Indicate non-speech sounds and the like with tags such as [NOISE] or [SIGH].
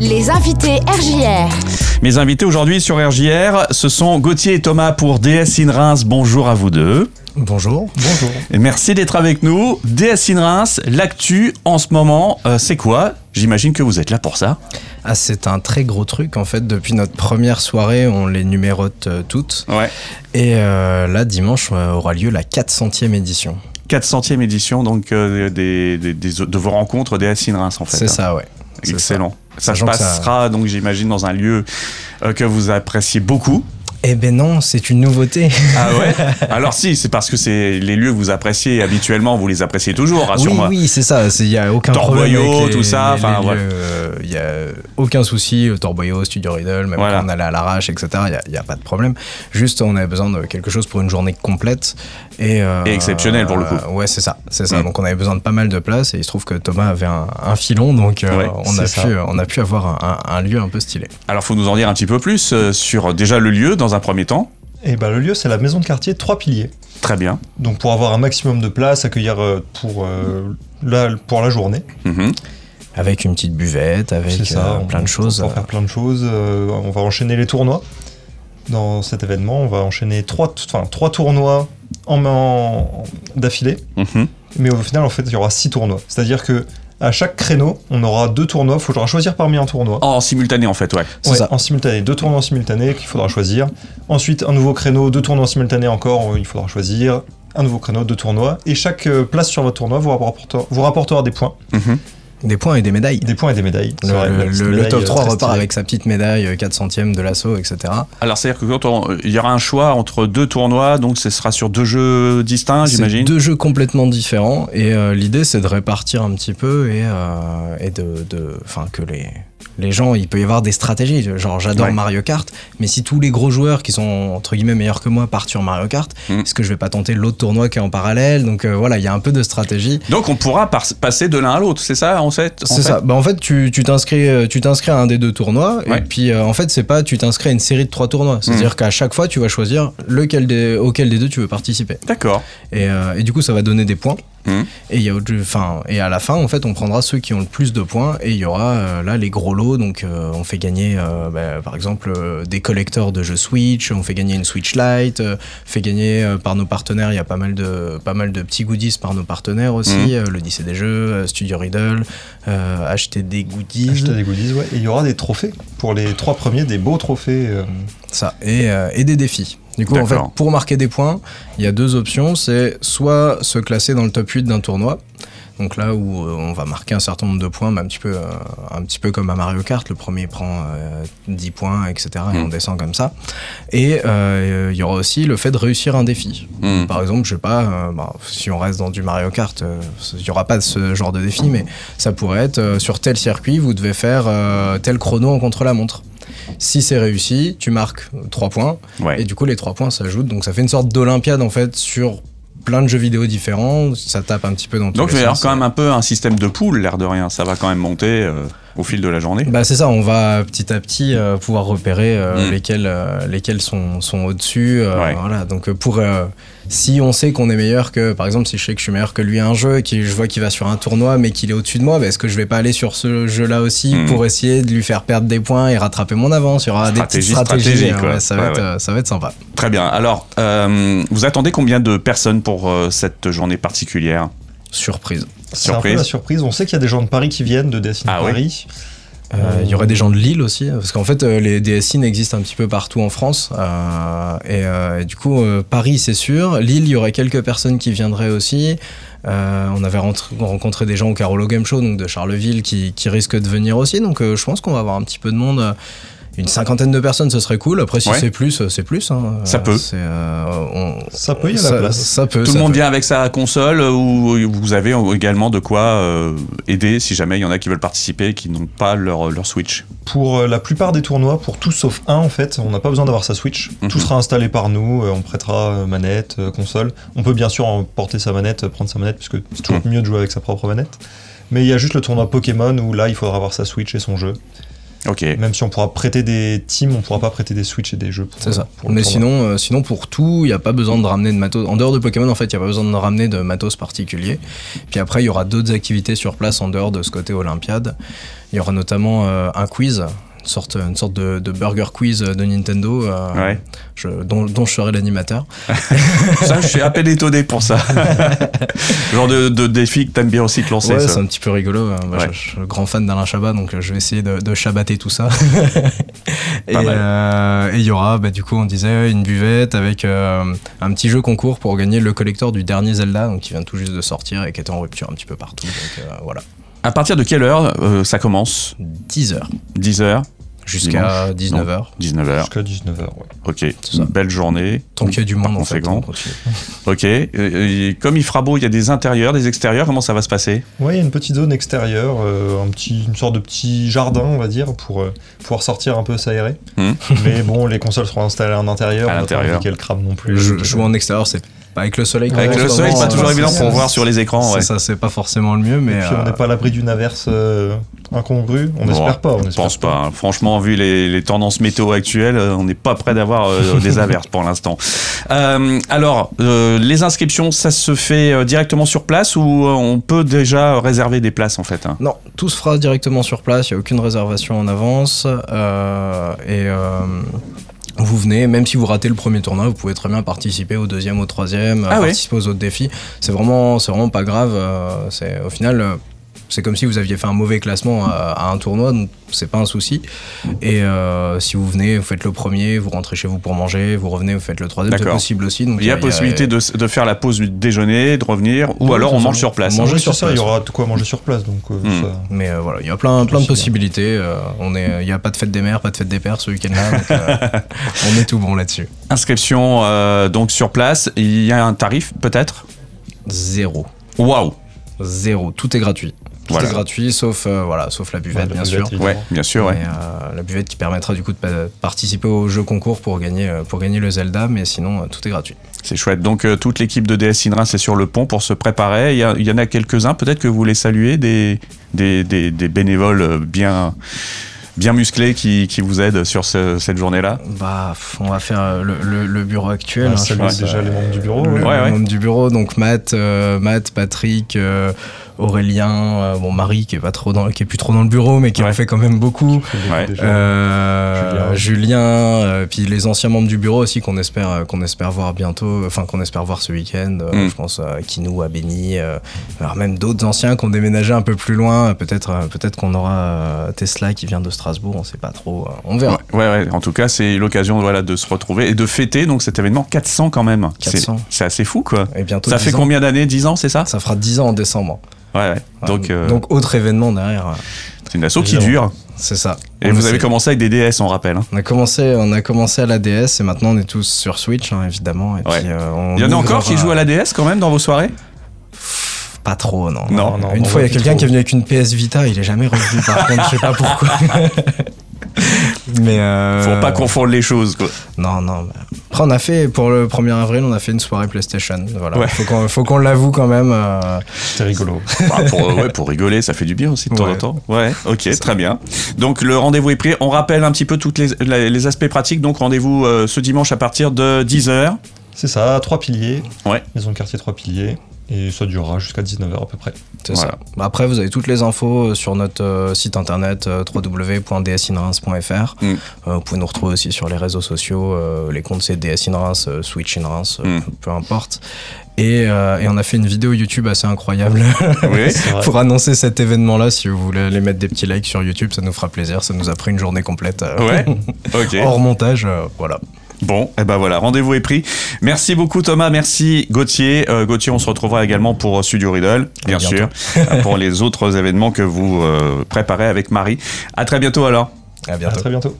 Les invités RJR. Mes invités aujourd'hui sur RJR, ce sont Gauthier et Thomas pour DS in Reims. Bonjour à vous deux. Bonjour. Bonjour. Et merci d'être avec nous. DS in Reims, l'actu en ce moment, euh, c'est quoi J'imagine que vous êtes là pour ça. Ah, c'est un très gros truc en fait. Depuis notre première soirée, on les numérote euh, toutes. Ouais. Et euh, là, dimanche euh, aura lieu la 400e édition. 400e édition donc euh, des, des- des- de vos rencontres DS in Reims en fait. hein. C'est ça, ouais. C'est Excellent. Ça se Sachant que ça- passera donc j'imagine dans un lieu euh, que vous appréciez [LAUGHS] beaucoup. Eh ben non, c'est une nouveauté. Ah ouais Alors si, c'est parce que c'est les lieux que vous appréciez habituellement, vous les appréciez toujours, oui, rassure-moi. oui, c'est ça. c'est- Il n'y a aucun problème. Torboyau, avec les- tout ça, les- enfin, les voilà. lieux, euh, Il n'y a aucun souci. euh, Torboyau, Studio Riddle, même Voilà. quand on allait à l'arrache, etc. Il n'y a, il y a pas de problème. Juste, on avait besoin de quelque chose pour une journée complète. Et, euh, Et exceptionnelle, pour le coup. euh, ouais, c'est ça. C'est ça. Mm. Donc, on avait besoin de pas mal de places. Et il se trouve que Thomas avait un, un filon. Donc, euh, Ouais, on, a c'est ça. pu, euh, on a pu avoir un- un- un lieu un peu stylé. Alors faut nous en dire un petit peu plus euh, sur déjà le lieu dans un premier temps. Et ben le lieu, c'est la maison de quartier Trois Piliers. Très bien. Donc pour avoir un maximum de place, accueillir euh, pour, euh, la, pour la journée. Mhm. avec une petite buvette, avec C'est ça, euh, on- plein de choses. On va faire plein de choses. euh, on va enchaîner les tournois. Dans cet événement, on va enchaîner trois, t- enfin, trois tournois en main en- d'affilée. Mhm. Mais au final, en fait, il y aura six tournois. C'est-à-dire que à chaque créneau, on aura deux tournois. Il faudra choisir parmi un tournoi. En simultané en fait, ouais. C'est Ouais, ça. En simultané, deux tournois en simultané qu'il faudra choisir. Ensuite, un nouveau créneau, deux tournois en simultané encore, euh, il faudra choisir. Un nouveau créneau, deux tournois. Et chaque euh, place sur votre tournoi vous rapportera, vous rapportera des points, Mhm. Des points et des médailles. des points et des médailles. Le, C'est vrai, le- la petite le médaille, top euh, 3 très repart stylée. avec sa petite médaille euh, 4 centièmes de l'assaut, etc. Alors c'est-à-dire que quand on- euh, il y aura un choix entre deux tournois, donc ce sera sur deux jeux distincts, Ah, C'est j'imagine. deux jeux complètement différents et euh, l'idée c'est de répartir un petit peu et, euh, et de, de- enfin que les les gens, il peut y avoir des stratégies. Genre, j'adore Ouais. Mario Kart, mais si tous les gros joueurs qui sont entre guillemets meilleurs que moi partent sur Mario Kart, Mm. est-ce que je vais pas tenter l'autre tournoi qui est en parallèle Donc euh, voilà, il y a un peu de stratégie. Donc on pourra par- passer de l'un à l'autre, c'est ça en fait en C'est fait ça. Bah, en fait, tu tu t'inscris euh, tu t'inscris à un des deux tournois Ouais. Hmm. et puis euh, en fait, c'est pas tu t'inscris à une série de trois tournois. C'est-à-dire qu'à chaque fois, tu vas choisir lequel des, auquel des deux tu veux participer. D'accord. Et, euh, et du coup, ça va donner des points. Mhm. Et il y a autre- enfin et à la fin, en fait, on prendra ceux qui ont le plus de points et il y aura euh, là les gros lots. Donc, euh, on fait gagner euh, bah, par exemple euh, des collecteurs de jeux Switch, on fait gagner une Switch Lite, euh, fait gagner euh, par nos partenaires. Il y a pas mal de pas mal de petits goodies par nos partenaires aussi. Mhm. euh, l'Odyssée des jeux, euh, Studio Riddle, euh, acheter des goodies, Acheter des goodies, ouais. Et il y aura des trophées pour les trois premiers, des beaux trophées. euh, ça et, euh, et des défis. Du coup, en fait, D'accord. pour marquer des points, il y a deux options. C'est soit se classer dans le top 8 d'un tournoi. Donc là où euh, on va marquer un certain nombre de points, mais un petit peu, euh, un petit peu comme à Mario Kart, le premier prend euh, 10 points, etc. Et Mm. on descend comme ça. Et euh, il y aura aussi le fait de réussir un défi. Mhm. Par exemple, je sais pas, euh, bah, si on reste dans du Mario Kart, euh, il y aura pas ce genre de défi, mais ça pourrait être euh, sur tel circuit, vous devez faire euh, tel chrono en contre-la-montre. Si c'est réussi, tu marques 3 points, Mhm. Ouais. et du coup, les 3 points s'ajoutent, donc ça fait une sorte d'Olympiade en fait sur plein de jeux vidéo différents, ça tape un petit peu dans tous Donc il les va y avoir sens. quand même un peu un système de poule, l'air de rien. Ça va quand même monter euh, au fil de la journée. Bah c'est ça, on va petit à petit euh, pouvoir repérer euh, Mm. lesquels, euh, lesquels sont, sont au-dessus. euh, Ouais. Voilà, donc euh, pour euh, si on sait qu'on est meilleur que, par exemple, si je sais que je suis meilleur que lui à un jeu, que je vois qu'il va sur un tournoi mais qu'il est au-dessus de moi, bah, est-ce que je vais pas aller sur ce jeu-là aussi Mm. pour essayer de lui faire perdre des points et rattraper mon avance Il y aura Stratégie, des petites stratégies. stratégie, hein, quoi. ouais, ça, va Ouais, être, ouais. euh, ça va être sympa. Très bien. Alors, euh, vous attendez combien de personnes pour euh, cette journée particulière Surprise. C'est un peu Surprise. la surprise. On sait qu'il y a des gens de Paris qui viennent, de Destiny Ah oui. Paris. Euh, Il y aurait des gens de Lille aussi, parce qu'en fait, euh, les DSI n'existent un petit peu partout en France. euh, et, euh, et du coup, euh, Paris, c'est sûr. Lille, il y aurait quelques personnes qui viendraient aussi. Euh, on avait rentre- rencontré des gens au Carolo Game Show, donc de Charleville, qui, qui risquent de venir aussi. Donc, euh, je pense qu'on va avoir un petit peu de monde. Une cinquantaine de personnes, ce serait cool. Après, si Ouais. c'est plus, euh, c'est plus. hein. Ça Euh, peut. c'est, euh, on- Ça peut, il y a ça, la place. ça peut. Tout ça le monde peut. vient avec sa console euh, ou vous avez également de quoi euh, aider si jamais il y en a qui veulent participer et qui n'ont pas leur, leur Switch Pour euh, la plupart des tournois, pour tout sauf un en fait, on n'a pas besoin d'avoir sa Switch. Mhm. Tout sera installé par nous, euh, on prêtera euh, manette, euh, console. On peut bien sûr emporter sa manette, euh, prendre sa manette, puisque c'est toujours Mhm. mieux de jouer avec sa propre manette. Mais il y a juste le tournoi Pokémon où là il faudra avoir sa Switch et son jeu. [LAUGHS] Ok. Même si on pourra prêter des teams, on pourra pas prêter des Switch et des jeux. pour- C'est ça. pour le Mais tournoi. sinon, euh, sinon pour tout, il n'y a pas besoin de ramener de matos. En dehors de Pokémon, en fait, il n'y a pas besoin de ramener de matos particulier. Puis après, il y aura d'autres activités sur place en dehors de ce côté Olympiade. Il y aura notamment euh, un quiz, une sorte, une sorte de, de burger quiz de Nintendo, euh, Ouais. je- dont, dont je serai l'animateur. Ça, je suis à peine étonné pour ça. [LAUGHS] Genre de, de défi que t'aimes bien aussi te lancer. Ouais, ça. c'est un petit peu rigolo. hein. Moi, Ouais. je, je suis grand fan d'Alain Chabat, donc euh, je vais essayer de, de chabater tout ça. [LAUGHS] et Pas mal. euh, et il y aura, bah, du coup, on disait, une buvette avec euh, un petit jeu concours pour gagner le collector du dernier Zelda, donc qui vient tout juste de sortir et qui était en rupture un petit peu partout. Donc euh, voilà, À partir de quelle heure euh, ça commence 10h 10h jusqu'à 19h. 19h. Jusqu'à 19h, ouais. Ok. ça. Belle journée. Tant qu'il y a du monde, en fait. conséquent. on continue. Ok. Et- et comme il fera beau, il y a des intérieurs, des extérieurs. Comment ça va se passer Ouais, il y a une petite zone extérieure, euh, un petit, une sorte de petit jardin, on va dire, pour euh, pouvoir sortir un peu s'aérer. Mhm. Mais bon, les consoles seront installées en intérieur. À on n'a pas l'intérieur. envie qu'elles crament non plus. euh, Je, jouer en extérieur, c'est pas avec le soleil. Ouais, Avec qu'on le se soleil, c'est pas lance, toujours euh, évident c'est- pour voir sur les écrans. c'est ouais. ça, c'est pas forcément le mieux, Et mais puis on euh, n'est pas à l'abri d'une averse euh, incongrue. On Bon, n'espère pas. On Je espère pense pas. hein. Franchement, vu les, les tendances météo actuelles, euh, on n'est pas près d'avoir [LAUGHS] euh, des averses pour l'instant. Euh, alors, euh, les inscriptions, ça se fait euh, directement sur place ou euh, on peut déjà réserver des places en fait hein Non, tout se fera directement sur place, il n'y a aucune réservation en avance. euh, et euh, vous venez, même si vous ratez le premier tournoi, vous pouvez très bien participer au deuxième, au troisième, euh, Ah ouais. participer aux autres défis. C'est vraiment, c'est vraiment pas grave. euh, c'est, au final, euh, c'est comme si vous aviez fait un mauvais classement à, à un tournoi, donc c'est pas un souci. Et euh, si vous venez, vous faites le premier, vous rentrez chez vous pour manger, vous revenez, vous faites le troisième, c'est D'accord. possible aussi. Donc Il y a possibilité de, s- de faire la pause du déjeuner, de revenir, ou Ouais, alors on c'est mange ça. sur place. On mange- Oui, sur c'est ça, il y place. aura de quoi manger sur place. Donc, euh, Mhm. ça- Mais euh, voilà, il y a plein, plein de Possible. possibilités. euh, on est, il n'y a pas de fête des mères, pas de fête des pères ce week-end-là. donc, euh, on est tout bon là-dessus. Inscription euh, donc sur place. Il y a un tarif peut-être Zéro, Waouh zéro. Tout est gratuit. Tout Voilà. est gratuit, sauf euh, voilà, sauf la Ouais, buvette, la bien buvette, sûr. évidemment. Ouais, bien sûr, ouais. Mais, euh, la buvette qui permettra du coup de pa- participer au jeu concours pour gagner, euh, pour gagner le Zelda, mais sinon euh, tout est gratuit. C'est chouette. Donc euh, toute l'équipe de DS Indra, c'est sur le pont pour se préparer. Il y, a- il y en a quelques-uns, peut-être que vous les saluez, des, des, des- des bénévoles euh, bien, bien musclés qui, qui vous aident sur ce- cette journée-là. Bah, f- on va faire euh, le, le- le bureau actuel. On hein, je salue pense, déjà euh, les membres du bureau. le Oh, ouais. Ouais, ouais. membre du bureau, donc Matt, euh, Matt Patrick, euh, Aurélien, euh, bon Marie qui est pas trop dans, qui est plus trop dans le bureau, mais qui Ouais. en fait quand même beaucoup. Ouais. hein, Déjà. Euh, Julien. Julien, euh, puis les anciens membres du bureau aussi qu'on espère euh, qu'on espère voir bientôt, euh, enfin qu'on espère voir ce week-end. euh, Mm. Je pense à Kinou, à Benny, euh, alors même d'autres anciens qui ont déménagé un peu plus loin. euh, Peut-être euh, peut-être qu'on aura euh, Tesla qui vient de Strasbourg, on sait pas trop. euh, on verra. Ouais, ouais, ouais. En tout cas, c'est l'occasion voilà, de se retrouver et de fêter donc, cet événement 400 quand même. C'est- 400. C'est assez fou, quoi. Et bientôt. Ça 10 fait ans. combien d'années 10 ans, c'est ça Ça fera 10 ans en décembre. Ouais, ouais. Donc, euh, donc autre événement derrière. euh, c'est une asso qui évidemment. dure. C'est ça. Et On vous essaie. avez commencé avec des DS, on rappelle. hein. On a commencé, on a commencé à la DS et maintenant on est tous sur Switch, hein, évidemment. Et Ouais. puis, euh, on Il y en a ouvre, encore qui euh, jouent à la DS quand même dans vos soirées Pas trop, non. Non, non, Une fois, il y on voit a plus quelqu'un trop. qui est venu avec une PS Vita, il est jamais revenu. [LAUGHS] Par contre, je sais pas pourquoi. [LAUGHS] Mais euh, Faut pas confondre les choses, quoi. Non, non. bah. Après, on a fait pour le 1er avril, on a fait une soirée PlayStation. Voilà. Ouais. Faut qu'on, faut qu'on l'avoue quand même. euh, C'était rigolo. Bah, [LAUGHS] pour, ouais, pour rigoler, ça fait du bien aussi de temps Ouais. en temps. Ouais, ok, très bien. Donc le rendez-vous est pris. On rappelle un petit peu tous les, la- les aspects pratiques. Donc rendez-vous euh, ce dimanche à partir de [LAUGHS] 10h. C'est ça, trois piliers. Ouais. Maison de quartier, trois piliers. Et ça durera jusqu'à 19h à peu près. c'est Voilà. ça. Bah, Après, vous avez toutes les infos euh, sur notre euh, site internet euh, www.dsinrins.fr. Mm. Euh, vous pouvez nous retrouver aussi sur les réseaux sociaux. euh, les comptes, c'est DSINRins, euh, Switch in Reims, euh, Mm. peu importe. Et, euh, et on a fait une vidéo YouTube assez incroyable. [LAUGHS] Oui. C'est vrai. pour annoncer cet événement-là. Si vous voulez aller mettre des petits likes sur YouTube, ça nous fera plaisir. Ça nous a pris une journée complète. euh, Ouais. Ok. [LAUGHS] Hors montage, euh, voilà. Bon, et ben voilà, rendez-vous est pris. Merci beaucoup Thomas, merci Gauthier. Euh, Gauthier, on se retrouvera également pour euh, Studio Riddle, bien À bientôt. sûr, euh, pour les autres événements que vous euh, préparez avec Marie. À très bientôt alors. À À bientôt. très bientôt.